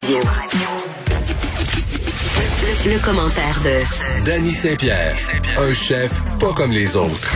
Radio. Le, le commentaire de Danny Saint-Pierre, un chef pas comme les autres.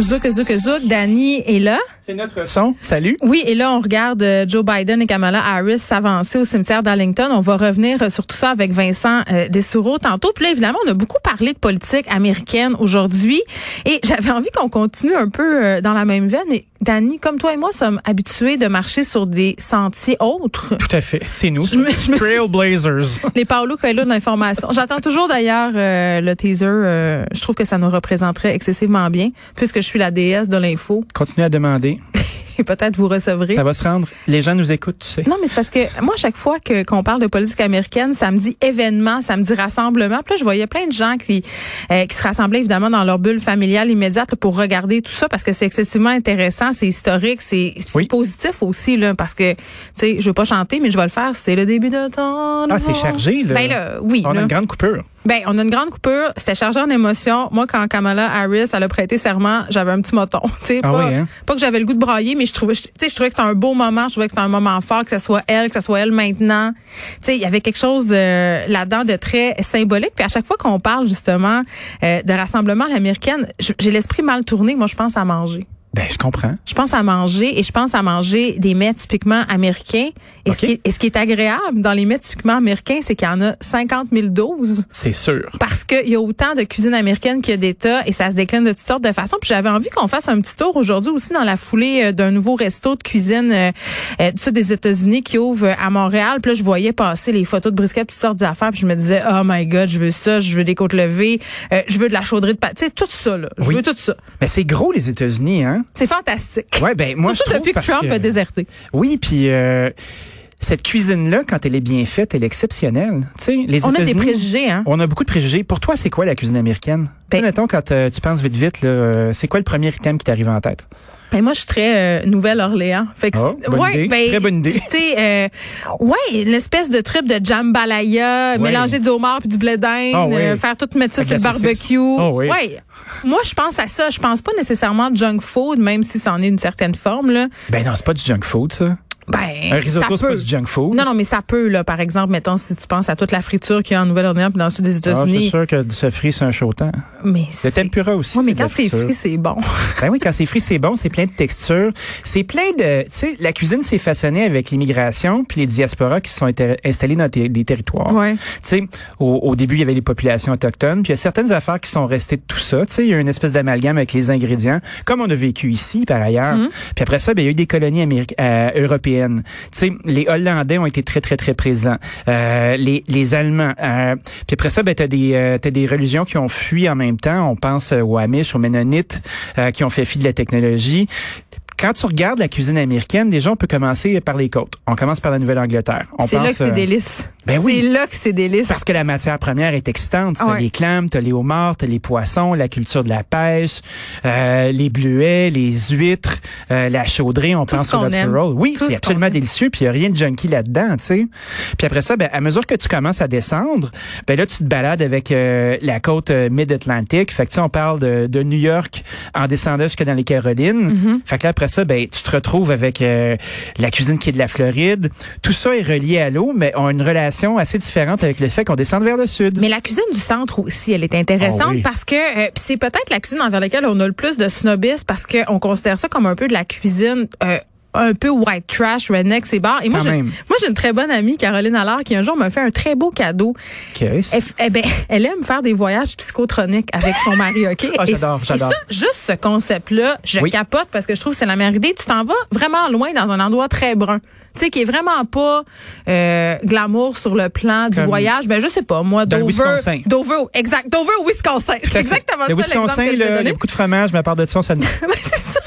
Zouk, zouk, zouk, Danny est là. C'est notre son. Salut. Oui, et là, on regarde euh, Joe Biden et Kamala Harris s'avancer au cimetière d'Arlington. On va revenir euh, sur tout ça avec Vincent euh, Dessoureau tantôt. Puis là, évidemment, on a beaucoup parlé de politique américaine aujourd'hui. Et j'avais envie qu'on continue un peu euh, dans la même veine. Mais Danny, comme toi et moi, sommes habitués de marcher sur des sentiers autres. Tout à fait. C'est nous. Trailblazers. Les Paolo Coelho de l'information. J'attends toujours d'ailleurs euh, le teaser. euh, je trouve que ça nous représenterait excessivement bien, puisque je je suis la déesse de l'info. Continuez à demander. Et peut-être vous recevrez. Ça va se rendre. Les gens nous écoutent, tu sais. Non, mais c'est parce que moi, chaque fois que qu'on parle de politique américaine, ça me dit événement, ça me dit rassemblement. Puis là, je voyais plein de gens qui euh, qui se rassemblaient évidemment dans leur bulle familiale immédiate là, pour regarder tout ça parce que c'est excessivement intéressant, c'est historique, c'est Oui. positif aussi là parce que tu sais, je veux pas chanter, mais je vais le faire. C'est le début d'un temps. Ah, c'est chargé, là. Ben là, oui. On là. a une grande coupure. Ben, on a une grande coupure. C'était chargé en émotions. Moi, quand Kamala Harris, elle a prêté serment, j'avais un petit moton. Tu sais, Ah pas, oui, hein? pas que j'avais le goût de brailler, mais je trouvais, je- tu sais, je trouvais que c'était un beau moment. Je trouvais que c'était un moment fort, que ce soit elle, que ce soit elle maintenant. Tu sais, il y avait quelque chose euh, là-dedans de très symbolique. Puis à chaque fois qu'on parle justement euh, de rassemblement à l'américaine, j- j'ai l'esprit mal tourné. Moi, je pense à manger. Ben, je comprends. Je pense à manger et je pense à manger des mets typiquement américains. Et, ce, Ok. qui est, et ce qui est agréable dans les mets typiquement américains, c'est qu'il y en a 50 000 doses C'est sûr. parce qu'il y a autant de cuisine américaine qu'il y a d'États et ça se décline de toutes sortes de façons. Puis j'avais envie qu'on fasse un petit tour aujourd'hui aussi dans la foulée euh, d'un nouveau resto de cuisine euh, euh, du sud des États-Unis qui ouvre euh, à Montréal. Puis là, je voyais passer les photos de brisket, toutes sortes d'affaires. Puis je me disais, oh my God, je veux ça, je veux des côtes levées, euh, je veux de la chaudrée de pâtes. Tu sais, tout ça, là. Je Oui. veux tout ça. Mais c'est gros, les États-Unis, hein? C'est fantastique. Ouais, ben, moi, Surtout je trouve depuis que parce Trump que- a déserté. Oui, puis euh, cette cuisine-là, quand elle est bien faite, elle est exceptionnelle. Tu sais, les On a des États-Unis- préjugés, hein? On a beaucoup de préjugés. Pour toi, c'est quoi la cuisine américaine? Ben- Tu sais, mettons, quand euh, tu penses vite, vite, là, euh, c'est quoi le premier item qui t'arrive en tête? Ben, moi, je suis très euh, Nouvelle-Orléans. Fait que Oh, c'est- ben, bonne idée. Très bonne idée. Tu sais, euh, ouais, une espèce de trip de jambalaya, mélanger du homard puis du blé d'Inde, Ah oui. euh, faire tout mettre ça sur Avec le la saucisse. barbecue. Ah oui. Ouais. Moi, je pense à ça. Je pense pas nécessairement junk food, même si c'en est une certaine forme là. Ben non, c'est pas du junk food, ça. Ben, Un ça risotto, c'est pas peut. du junk food. Non, non, mais ça peut là. Par exemple, mettons si tu penses à toute la friture qu'il y a en Nouvelle-Orléans puis dans le sud des Ah, je suis États-Unis. sûr que de ce frit, c'est un chaud temps. mais Le c'est- tempura aussi. Ouais, mais de la quand c'est friture. frit, c'est bon. Ben oui, quand c'est frit, c'est bon, c'est plein de textures. C'est plein de. Tu sais, la cuisine s'est façonnée avec l'immigration puis les diasporas qui se sont inter- installés dans tes- des territoires. Ouais. Tu sais, au, au début, il y avait les populations autochtones, puis il y a certaines affaires qui sont restées de tout ça. Tu sais, il y a une espèce d'amalgame avec les ingrédients, comme on a vécu ici, par ailleurs. Mm-hmm. Puis après ça, ben, il y a eu des colonies améri- euh, européennes. Tu sais, les Hollandais ont été très, très, très présents. Euh, les, les Allemands. euh, puis après ça, ben, t'as des, euh, t'as des religions qui ont fui en même temps. On pense euh, aux Amish, aux Mennonites, euh, qui ont fait fi de la technologie. Quand tu regardes la cuisine américaine, déjà, on peut commencer par les côtes. On commence par la Nouvelle-Angleterre. On C'est là pense, que c'est euh, délice. ben oui. C'est là que c'est délice. parce que la matière première est excitante. T'as Ouais. les clams, t'as les homards, t'as les poissons, la culture de la pêche, euh, les bleuets, les huîtres, euh, la chaudrée, on Tout pense ce au qu'on aime. natural. Oui, Tout ce c'est qu'on absolument aime. délicieux, puis il a rien de junkie là-dedans, tu sais. Puis après ça, ben, à mesure que tu commences à descendre, ben là, tu te balades avec euh, la côte euh, mid-atlantique. Fait que tu sais, on parle de, de New York en descendant jusque dans les Carolines. Mm-hmm. Fait que là, après ça, ben, tu te retrouves avec euh, la cuisine qui est de la Floride. Tout ça est relié à l'eau, mais on a une relation assez différente avec le fait qu'on descende vers le sud. Mais la cuisine du centre aussi, elle est intéressante Ah oui. parce que euh, puis c'est peut-être la cuisine envers laquelle on a le plus de snobisme parce qu'on considère ça comme un peu de la cuisine. euh, un peu white trash, redneck, c'est bar. Et moi, Quand j'ai, même. moi, j'ai une très bonne amie, Caroline Allard, qui un jour m'a fait un très beau cadeau. Qu'est-ce? Elle, f- eh ben, elle aime faire des voyages psychotroniques avec son mari, OK? Ah, Et- j'adore, j'adore. Et ça, juste ce concept-là, je Oui. capote parce que je trouve que c'est la meilleure idée. Tu t'en vas vraiment loin dans un endroit très brun. Tu sais, qui est vraiment pas euh, glamour sur le plan du Comme- voyage. Ben, je sais pas, moi, Dans le Wisconsin. Dover. Dover, exact. Dover, au Wisconsin. C'est exactement ça Le l'exemple Wisconsin, que je vais là, il y donner. a beaucoup de fromage, mais à part de ça, on s'en- Ouais, c'est ça.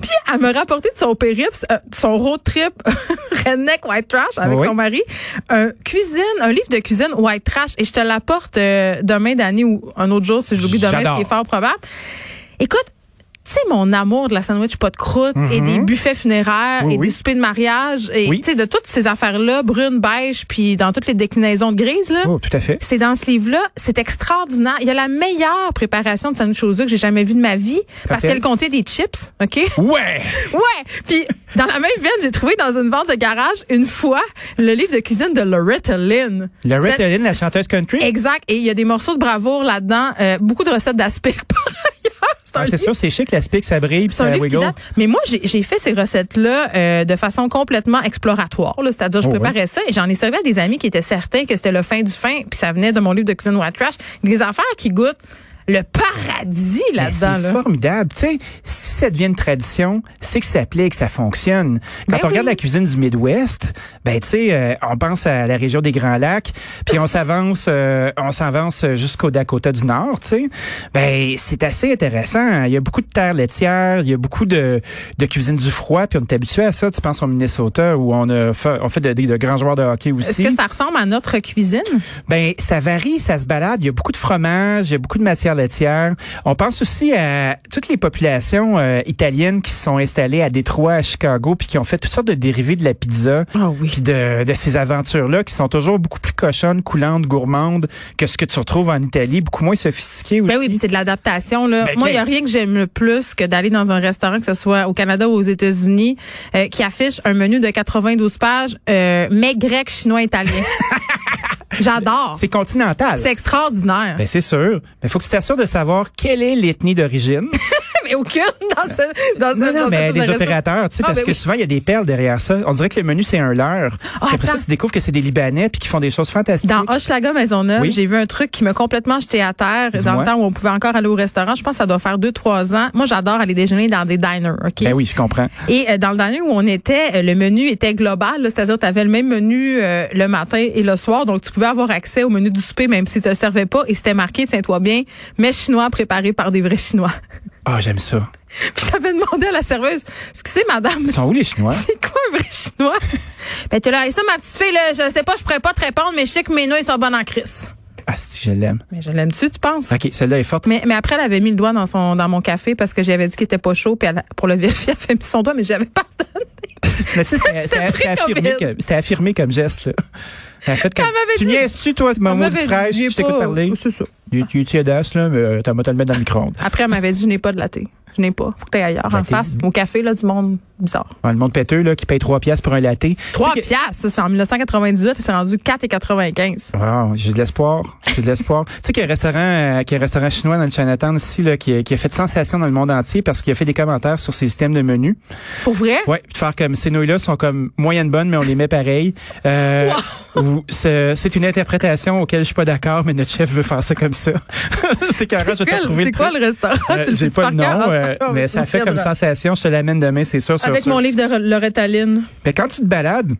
Puis elle me rapportait de son périple, euh, de son road trip redneck white trash avec Oui. son mari, un cuisine, un livre de cuisine white trash et je te l'apporte euh, demain Dani ou un autre jour si je l'oublie demain ce J'adore. qui est fort probable. Écoute, tu sais, mon amour de la sandwich pas de croûte et des buffets funéraires Mm-hmm. Oui, et oui. des soupers de mariage et Oui. tu sais, de toutes ces affaires-là, brune, beige, puis dans toutes les déclinaisons de grises, là. Oh, tout à fait. C'est dans ce livre-là, c'est extraordinaire. Il y a la meilleure préparation de sandwich aux œufs que j'ai jamais vue de ma vie parce qu'elle Rappelle. comptait des chips, OK? Ouais! Ouais! Puis, dans la même veine, j'ai trouvé dans une vente de garage, une fois, le livre de cuisine de Loretta Lynn. Loretta C'est- Lynn, la chanteuse country. Exact. Et il y a des morceaux de bravoure là-dedans. euh, beaucoup de recettes d'aspic, par ailleurs. C'est un Ah, livre c'est sûr, c'est chic, l'aspic, ça brille, puis c'est un ça livre qui wiggle. date. Mais moi, j'ai j'ai fait ces recettes-là euh, de façon complètement exploratoire. là. C'est-à-dire, je Oh, préparais ça et j'en ai servi à des amis qui étaient certains que c'était le fin du fin, puis ça venait de mon livre de cuisine White Trash. Des affaires qui goûtent le paradis Mais là-dedans. C'est là. formidable. Tu sais, si ça devient une tradition, c'est que ça plaît et que ça fonctionne. Quand Ben on regarde oui. la cuisine du Midwest, ben tu sais, euh, on pense à la région des Grands Lacs, puis on s'avance, euh, on s'avance jusqu'au Dakota du Nord, tu sais. Ben c'est assez intéressant. Il y a beaucoup de terres laitières, il y a beaucoup de, de cuisine du froid, puis on est habitué à ça. Tu penses au Minnesota où on a fait, on fait de, de grands joueurs de hockey Est-ce aussi. que ça ressemble à notre cuisine? Ben, ça varie, ça se balade. Il y a beaucoup de fromage, il y a beaucoup de matières laitières. On pense aussi à toutes les populations euh, italiennes qui se sont installées à Détroit, à Chicago, puis qui ont fait toutes sortes de dérivés de la pizza, Ah oui. puis de, de ces aventures-là qui sont toujours beaucoup plus cochonnes, coulantes, gourmandes que ce que tu retrouves en Italie, beaucoup moins sophistiquées aussi. Ben oui, puis c'est de l'adaptation. là. Ben, Moi, il n'y a quel- rien que j'aime le plus que d'aller dans un restaurant, que ce soit au Canada ou aux États-Unis, euh, qui affiche un menu de 92 pages, euh, mais grec, chinois, italien. J'adore. C'est continental. C'est extraordinaire. Ben, c'est sûr. Mais faut que tu t'assures de savoir quelle est l'ethnie d'origine. mais aucune dans ce dans ce Non, non, dans mais cette des restaurant. opérateurs, tu sais, Ah, parce ben que oui. souvent, il y a des perles derrière ça. On dirait que le menu, c'est un leurre. Ah, Puis après ça, attends. tu découvres que c'est des Libanais puis qui font des choses fantastiques. Dans Hochelaga Maisonneuve, Oui. j'ai vu un truc qui m'a complètement jeté à terre dans Dis-moi. le temps où on pouvait encore aller au restaurant. Je pense que ça doit faire deux, trois ans. Moi, j'adore aller déjeuner dans des diners, OK? Ben oui, je comprends. Et euh, dans le dernier où on était, euh, le menu était global, là, c'est-à-dire tu avais le même menu euh, le matin et le soir, donc tu pouvais avoir accès au menu du souper même si tu le servais pas et c'était marqué tiens-toi bien, mais chinois préparé par des vrais chinois. Ah, j'aime ça. Puis j'avais demandé à la serveuse, excusez madame, Ils sont où les Chinois? C'est quoi un vrai chinois? ben, t'es là, et ça, ma petite fille, là, je sais pas, je pourrais pas te répondre, mais je sais que mes noix, ils sont bonnes en crise. Ah, si, je l'aime. Mais je l'aime-tu, tu penses? OK, celle-là est forte. Mais, mais après, elle avait mis le doigt dans son dans mon café parce que j'avais dit qu'il était pas chaud, puis elle- pour le vérifier, elle avait mis son doigt, mais j'avais pas. Mais tu sais, c'était- c'était pris c'était affirmé, comme que- c'était affirmé comme geste, là. En fait, comme, Elle m'avait tu dit- niaises-tu, toi, de Elle maman m'avait dit, fraîche? j'ai Je t'écoute pas- parler. C'est ça. Tu- Tu es tiédasse, là, mais euh, t'as moi, t'as le mettre dans le micro-ondes. Après, elle m'avait dit, je n'ai pas de latte. Je n'ai pas. Faut que t'ailles ailleurs, Ben, en t'es- face, au café, là, du monde bizarre. Ah, Le monde péteux, là, qui paye 3 piastres pour un latte. Trois Tu sais que- piastres, ça, c'est en 1998, c'est rendu 4,95. Wow, j'ai de l'espoir, j'ai de l'espoir. tu sais qu'il y a un restaurant, euh, qu'il y a un restaurant chinois dans le Chinatown ici là, qui, a- qui a fait sensation dans le monde entier parce qu'il a fait des commentaires sur ses systèmes de menus. Pour vrai? Ouais, puis de faire comme ces nouilles là sont comme moyennes bonnes mais on les met pareil. Euh, ou c'est c'est une interprétation auquel je suis pas d'accord mais notre chef veut faire ça comme ça. c'est carré, je vais te Quel- retrouver C'est le quoi truc. le restaurant? Euh, Tu le j'ai sais-tu pas le par nom, cœur? euh, Ah, mais oui, ça c'est fait comme drôle. sensation. Je te l'amène demain, c'est sûr. sur Avec ça. mon livre de Loretta Lynn. Mais quand tu te balades,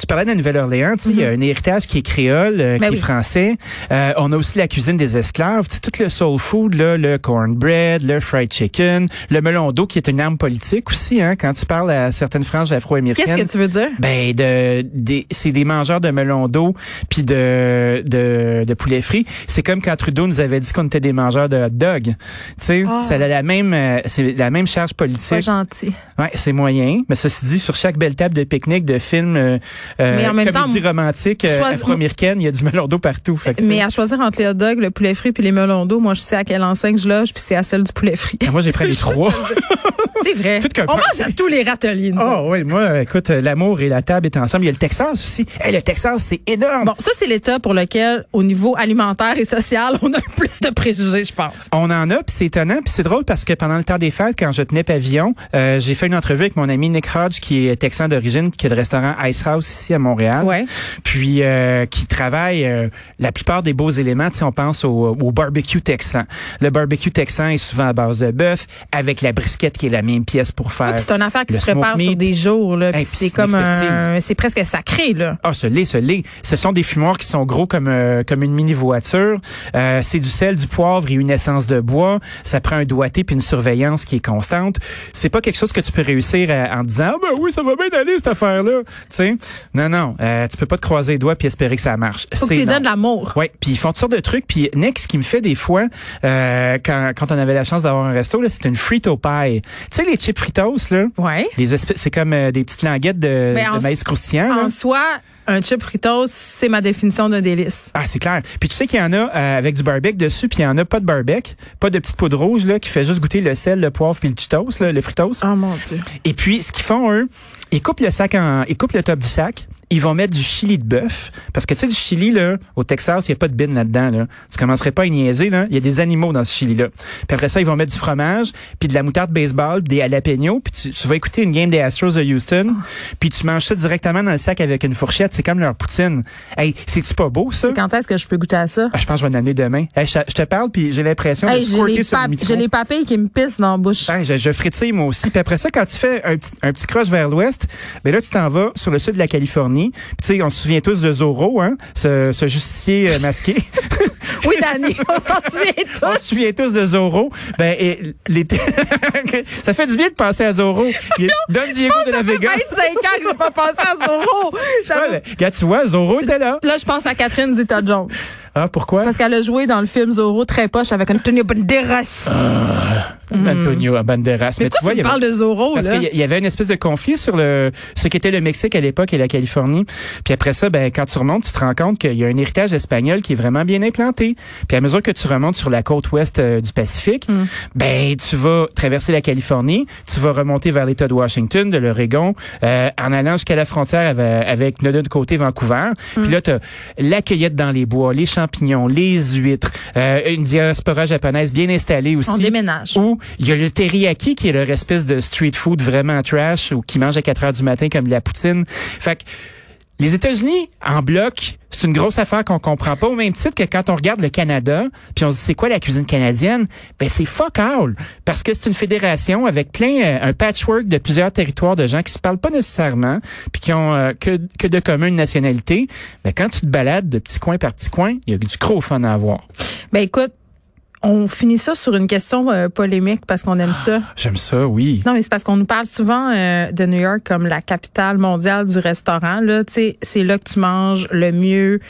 tu parlais de la Nouvelle-Orléans, tu sais, il y a un héritage qui est créole, euh, Mhm. Ben qui oui. est français. Euh, on a aussi la cuisine des esclaves, tu sais, tout le soul food, là, le cornbread, le fried chicken, le melon d'eau qui est une arme politique aussi, hein, quand tu parles à certaines franges Qu'est-ce afro-américaines. que tu veux dire? Ben de des c'est des mangeurs de melon d'eau puis de de de poulet frit. C'est comme quand Trudeau nous avait dit qu'on était des mangeurs de hot dog. Tu sais, Ah. ça a la même euh, c'est la même charge Pas politique. gentil. Ouais, c'est moyen. Mais ceci dit, sur chaque belle table de pique-nique, de films, euh, Mais en même euh, comédie temps, romantique, euh, choisis- afro-américaine, il y a du melon d'eau partout. Fait que, tu sais. Mais à choisir entre les hot dogs, le poulet frit puis les melons d'eau, moi je sais à quelle enseigne je loge puis c'est à celle du poulet frit. moi, j'ai pris les trois. C'est vrai. Tout qu'un On pain. mange à tous les râteliers. nous autres. Oh oui, moi, écoute, euh, l'amour et la table est ensemble. Il y a le Texas aussi. Hey, le Texas, c'est énorme. Bon, ça c'est l'état pour lequel au niveau alimentaire et social, on a le plus de préjugés, je pense. On en a, puis c'est étonnant, puis c'est drôle parce que pendant le temps des fêtes, quand je tenais pavillon, euh, j'ai fait une entrevue avec mon ami Nick Hodge, qui est texan d'origine, qui a le restaurant Ice House ici à Montréal, Ouais. puis euh, qui travaille euh, la plupart des beaux éléments. Tu sais, on pense au, au barbecue texan. Le barbecue texan est souvent à base de bœuf, avec la brisquette qui est la même pièces pour faire. Ouais, Ah, puis c'est une affaire qui le se prépare smoked sur meat. des jours, là. Hey, puis puis c'est c'est comme une un, expertise. c'est presque sacré, là. Ah, ce lait, ce lait. Ce sont des fumoirs qui sont gros comme euh, comme une mini voiture. Euh, c'est du sel, du poivre et une essence de bois. Ça prend un doigté puis une surveillance qui est constante. C'est pas quelque chose que tu peux réussir à- en disant ah ben oui ça va bien aller cette affaire là. Tu sais, non non, euh, tu peux pas te croiser les doigts puis espérer que ça marche. Faut que tu C'est lui non. donnes de l'amour. Ouais, puis ils font toutes sortes de trucs. Puis Next, ce qui me fait des fois, euh, quand, quand on avait la chance d'avoir un resto, là, c'est une frito pie. Tu sais, les chips fritos, là? Ouais. Des espèces, c'est comme euh, des petites languettes de, Mais Ben, en- de maïs croustillant. là. En soi, un chip Fritos, c'est ma définition d'un délice. Ah, c'est clair. Puis tu sais qu'il y en a euh, avec du barbecue dessus, puis il y en a pas de barbecue, pas de petite poudre rouge là, qui fait juste goûter le sel, le poivre, puis le chitos, là, le fritos. Oh mon Dieu. Et puis, ce qu'ils font, eux, ils coupent le sac en, ils coupent le top du sac. Ils vont mettre du chili de bœuf. Parce que, tu sais, du chili, là, au Texas, il n'y a pas de bin là-dedans, là. Tu commencerais pas à niaiser, là. Il y a des animaux dans ce chili-là. Puis après ça, ils vont mettre du fromage, puis de la moutarde baseball, des jalapenos, puis tu, tu vas écouter une game des Astros de Houston, puis tu manges ça directement dans le sac avec une fourchette. C'est comme leur poutine. Hey, c'est-tu pas beau, ça? Quand est-ce que je peux goûter à ça? Ah, je pense que je vais en amener demain. Hey, je, je te parle, puis j'ai l'impression Hey, de j'ai squirter les, sur le pap- micro. j'ai les papilles qui me pissent dans la bouche. Ah, je, je frétille moi aussi. Puis après ça, quand tu fais un petit, un petit croche vers l'ouest, ben là, tu t'en vas sur le sud de la Californie. Puis tu sais, on se souvient tous de Zorro, hein, ce, ce justicier euh, masqué. Oui, Dani, on s'en souvient on tous. se souvient tous de Zorro. Ben, et, les ça fait du bien de penser à Zorro. Il- Don Diego de la 25 Vega. ans que j'ai pas pensé à Zorro. J'avais- Ouais, ben, regarde, tu vois, Zorro était là. Là, je pense à Catherine Zeta-Jones. Ah, pourquoi? Parce qu'elle a joué dans le film Zorro très poche avec Antonio Banderas. Ah, Antonio Banderas. Mais pourquoi tu avait- parles de Zorro, Parce là? qu'il y- y avait une espèce de conflit sur le ce qu'était le Mexique à l'époque et la Californie. Puis après ça, ben quand tu remontes, tu te rends compte qu'il y a un héritage espagnol qui est vraiment bien implanté. Puis à mesure que tu remontes sur la côte ouest euh, du Pacifique, ben tu vas traverser la Californie, tu vas remonter vers l'État de Washington, de l'Oregon, euh, en allant jusqu'à la frontière avec, avec de l'autre côté Vancouver. Puis là, t'as la cueillette dans les bois, les champignons, les huîtres, euh, une diaspora japonaise bien installée aussi. On déménage. Ou il y a le teriyaki qui est leur espèce de street food vraiment trash ou qui mange à 4 heures du matin comme de la poutine. Fait que les États-Unis en bloc, c'est une grosse affaire qu'on comprend pas au même titre que quand on regarde le Canada, puis on se dit c'est quoi la cuisine canadienne Ben c'est fuck all parce que c'est une fédération avec plein euh, un patchwork de plusieurs territoires de gens qui se parlent pas nécessairement, puis qui ont euh, que que de commun une nationalité. Mais quand tu te balades de petit coin par petit coin, il y a du gros fun à avoir. Ben écoute, on finit ça sur une question euh, polémique parce qu'on aime ça. J'aime ça, oui. Non, mais c'est parce qu'on nous parle souvent euh, de New York comme la capitale mondiale du restaurant. Là, tu sais, c'est là que tu manges le mieux.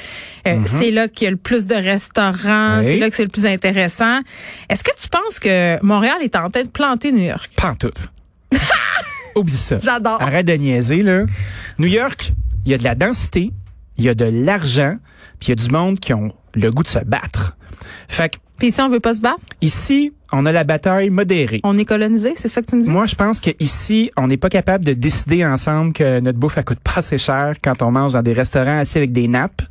Euh, C'est là qu'il y a le plus de restaurants. Mhm. Oui. C'est là que c'est le plus intéressant. Est-ce que tu penses que Montréal est en train de planter New York? Pas en tout. Oublie ça. J'adore. Arrête de niaiser, là. New York, il y a de la densité, il y a de l'argent, puis il y a du monde qui ont le goût de se battre. Fait que, Puis si on veut pas se battre, ici, on a la bataille modérée. on est colonisé, c'est ça que tu me dis? Moi, je pense que ici, on n'est pas capable de décider ensemble que notre bouffe, elle coûte pas assez cher quand on mange dans des restaurants assis avec des nappes.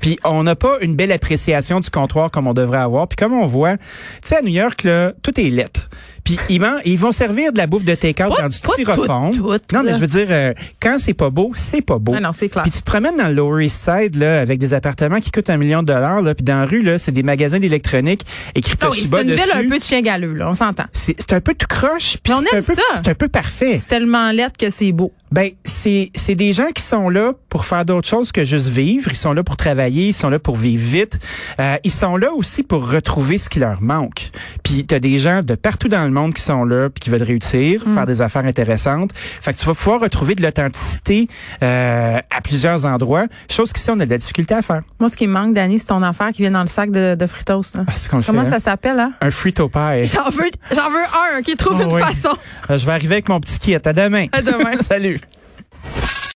Puis, on n'a pas une belle appréciation du comptoir comme on devrait avoir. Puis, comme on voit, tu sais, à New York, là, tout est lettre. Puis, ils, man- ils vont servir de la bouffe de take-out Pas- dans du pas styrofoam. tout, tout, non, mais là. je veux dire, euh, quand c'est pas beau, c'est pas beau. Ah non, c'est clair. oh. Puis tu te promènes dans le Lower East Side là, avec des appartements qui coûtent un million de dollars, là, puis dans la rue là, c'est des magasins d'électronique écrits Non, Toshiba c'est une dessus. ville un peu de chien galeux, là, on s'entend. C'est c'est un peu tout croche, Mais puis on c'est un aime peu- ça. c'est un peu parfait. C'est tellement laide que c'est beau. Ben, c'est c'est des gens qui sont là pour faire d'autres choses que juste vivre. Ils sont là pour travailler, ils sont là pour vivre vite. Euh, ils sont là aussi pour retrouver ce qui leur manque. Puis t'as des gens de partout dans le monde qui sont là puis qui veulent réussir, Mm. faire des affaires intéressantes. Fait que tu vas pouvoir retrouver de l'authenticité euh, à plusieurs endroits. Chose qu'ici on a de la difficulté à faire. Moi, ce qui me manque, Dani, c'est ton affaire qui vient dans le sac de, de fritos. là. Ah, c'est ce qu'on le fait. Comment hein? ça s'appelle, hein? Un frito pie. J'en veux, j'en veux un, qui trouve Ah une oui. façon. Euh, Je vais arriver avec mon petit kit. À demain. À demain. Salut.